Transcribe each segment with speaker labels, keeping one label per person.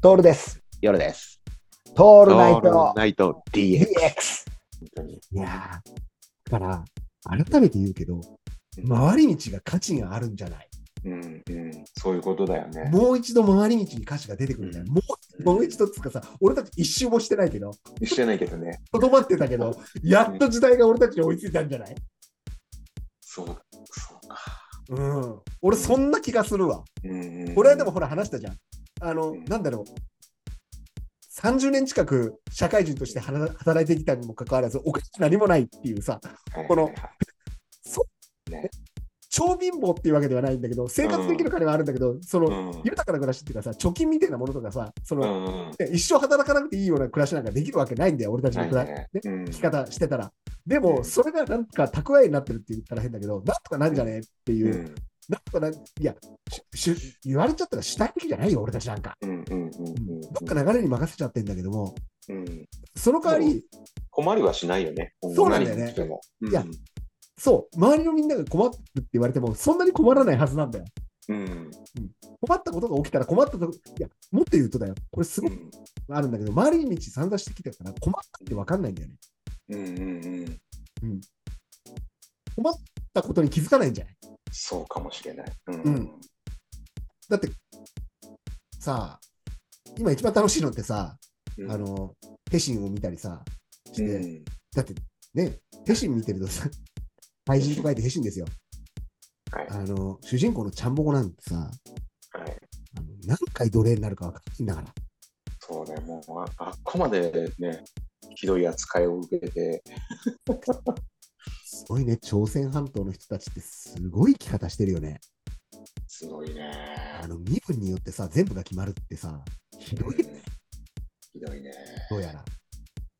Speaker 1: トールです。
Speaker 2: 夜です。
Speaker 1: ト
Speaker 2: オ
Speaker 1: ールナイト
Speaker 2: ナイト DX。
Speaker 1: DX。
Speaker 3: いやーだから、改めて言うけど、回り道が価値があるんじゃない。
Speaker 2: うんうん、そういうことだよね。
Speaker 3: もう一度回り道に価値が出てくるんじゃない。もうもう一度っつうかさ、俺たち一周もしてないけど、
Speaker 2: してないけどね。
Speaker 3: とどまってたけど、やっと時代が俺たちに追いついたんじゃない
Speaker 2: そう、そうか。
Speaker 3: うん。俺、そんな気がするわ。
Speaker 2: うんうん
Speaker 3: 俺はでも、ほら話したじゃん。あの、
Speaker 2: うん
Speaker 3: なんだろう。30年近く社会人として働働いてきたにもかかわらず、おかしく何もないっていうさ、このそ
Speaker 2: ね
Speaker 3: 超貧乏っていうわけではないんだけど、生活できる金はあるんだけど、その、
Speaker 2: うんうん
Speaker 3: 豊かな暮らしっていうかさ、貯金みたいなものとかさ、その、
Speaker 2: うんうん
Speaker 3: ね一生働かなくていいような暮らしなんかできるわけないんだよ、俺たちの
Speaker 2: ない
Speaker 3: 暮ら、
Speaker 2: ね
Speaker 3: ね
Speaker 2: うん
Speaker 3: 生き方してたら。で
Speaker 2: う
Speaker 3: も、
Speaker 2: ん
Speaker 3: それがなんか蓄えになってるって言ったら変だけど、なんとかなんじゃねっていうう、
Speaker 2: ん
Speaker 3: なんとかなん、いや、しし言われちゃったら主体的じゃないよ、俺たちなんか。
Speaker 2: うんうんうんうん
Speaker 3: どっか流れに任せちゃってんだけども、
Speaker 2: うん
Speaker 3: その代わり、
Speaker 2: 困りはしないよね。
Speaker 3: そうなんだよね
Speaker 2: 何にしても
Speaker 3: いやそう、周りのみんなが困るって言われても、そんなに困らないはずなんだよ。
Speaker 2: うん
Speaker 3: 困ったことが起きたら困ったと、いや、もっと言うとだよ、これす
Speaker 2: う
Speaker 3: ごく
Speaker 2: ん
Speaker 3: あるんだけど、周りに道散々してきたから、困ったって分かんないんだよね。
Speaker 2: うんうんうん。
Speaker 3: 困ったことに気づかないんじゃない
Speaker 2: そうかもしれない。うん
Speaker 3: うんだって、さあ、今一番楽しいのってさ、
Speaker 2: うん
Speaker 3: あの、手心を見たりさ、して、
Speaker 2: うん
Speaker 3: だってね、手心見てるとさ、廃人と書いて手心ですよ。
Speaker 2: はい
Speaker 3: あの、主人公のちゃんぼこなんてさ、
Speaker 2: はい。
Speaker 3: あの何回奴隷になるか分かんないんだから。
Speaker 2: そうね、もうああっこまでね、ひどい扱いを受けて、
Speaker 3: すごいね、朝鮮半島の人たちってすごい生き方してるよね。
Speaker 2: すごいね。
Speaker 3: あの、身分によってさ、全部が決まるってさ、ひどいよね、
Speaker 2: ひどいね。
Speaker 3: どうやら。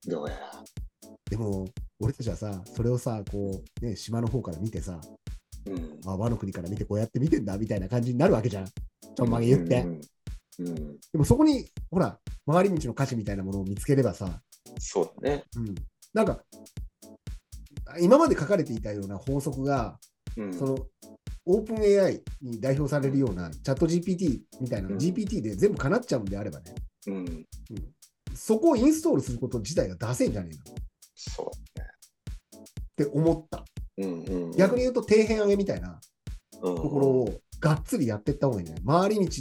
Speaker 2: どうやら。
Speaker 3: でも、俺たちはさ、それをさ、こう、ね、島の方から見てさ、
Speaker 2: うん。
Speaker 3: まあ、和の国から見てこうやって見てんだみたいな感じになるわけじゃん。ちょんまげ言って。
Speaker 2: うんうんうん。うん
Speaker 3: でもそこに、ほら、回り道の価値みたいなものを見つければさ、
Speaker 2: そうだね。
Speaker 3: うん、なんか、今まで書かれていたような法則が、
Speaker 2: うん
Speaker 3: その、オープン AI に代表されるようなチャット GPT みたいな、
Speaker 2: うん
Speaker 3: GPT で全部叶っちゃうんであればね、
Speaker 2: うん。
Speaker 3: うん、そこをインストールすること自体がダセえんじゃねえの
Speaker 2: そ
Speaker 3: って思った。
Speaker 2: う。うんうん。
Speaker 3: 逆に言うと、底辺上げみたいな
Speaker 2: うん、
Speaker 3: ところをがっつりやっていった方がいいね。回り道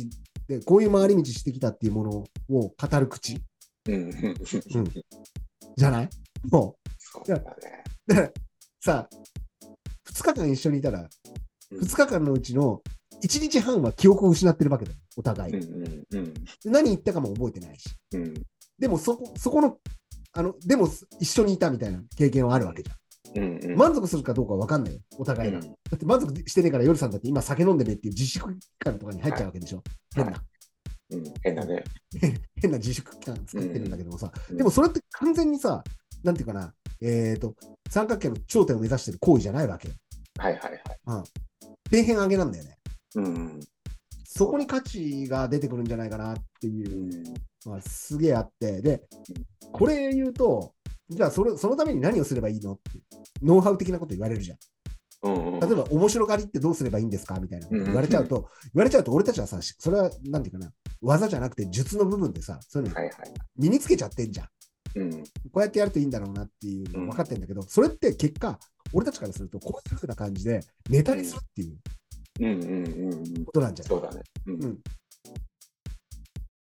Speaker 3: で、こういう回り道してきたっていうものを語る口
Speaker 2: うんうんうん。
Speaker 3: じゃないも
Speaker 2: そうだね。
Speaker 3: う、でさあ、2日間一緒にいたら、
Speaker 2: うん
Speaker 3: 2日間のうちの1日半は記憶を失ってるわけだよ、お互い。
Speaker 2: うん
Speaker 3: で
Speaker 2: うんうん。
Speaker 3: 何言ったかも覚えてないし。
Speaker 2: うん
Speaker 3: でもそこ、そこの、あの、でも一緒にいたみたいな経験はあるわけじゃん。
Speaker 2: うんうん。
Speaker 3: 満足するかどうか分かんないよ、お互いが。だって満足してねえから、夜さんだって今酒飲んでねっていう自粛期間とかに入っちゃうわけでしょ。変な。
Speaker 2: うん、変だね。
Speaker 3: 変な自粛期間作ってるんだけどもさ、
Speaker 2: うん
Speaker 3: でもそれって完全にさ、なんていうかな、えー、と三角形の頂点を目指してる行為じゃないわけよ。
Speaker 2: はいはいはい。
Speaker 3: 底辺上げなんだよね。
Speaker 2: うん
Speaker 3: そこに価値が出てくるんじゃないかなって
Speaker 2: う。
Speaker 3: いうんのはすげえあって、で、これ言うと、じゃあそれそのために何をすればいいのって、ノウハウ的なこと言われるじゃん。
Speaker 2: うんうん。
Speaker 3: 例えば、面白がりってどうすればいいんですかみたいなこと
Speaker 2: うん
Speaker 3: 言われちゃうと、言われちゃうと、俺たちはさ、それはなんていうかな、技じゃなくて術の部分でさ、そういうの
Speaker 2: はいはい。
Speaker 3: 身につけちゃってんじゃん。
Speaker 2: うん。
Speaker 3: こうやってやるといいんだろうなっていうの分かってんだけど、それって結果、俺たちからすると、こういうふうな感じで、ネタにするっていう
Speaker 2: うんうんうんうん。
Speaker 3: ことなんじゃない、
Speaker 2: そうだね。うん
Speaker 3: うん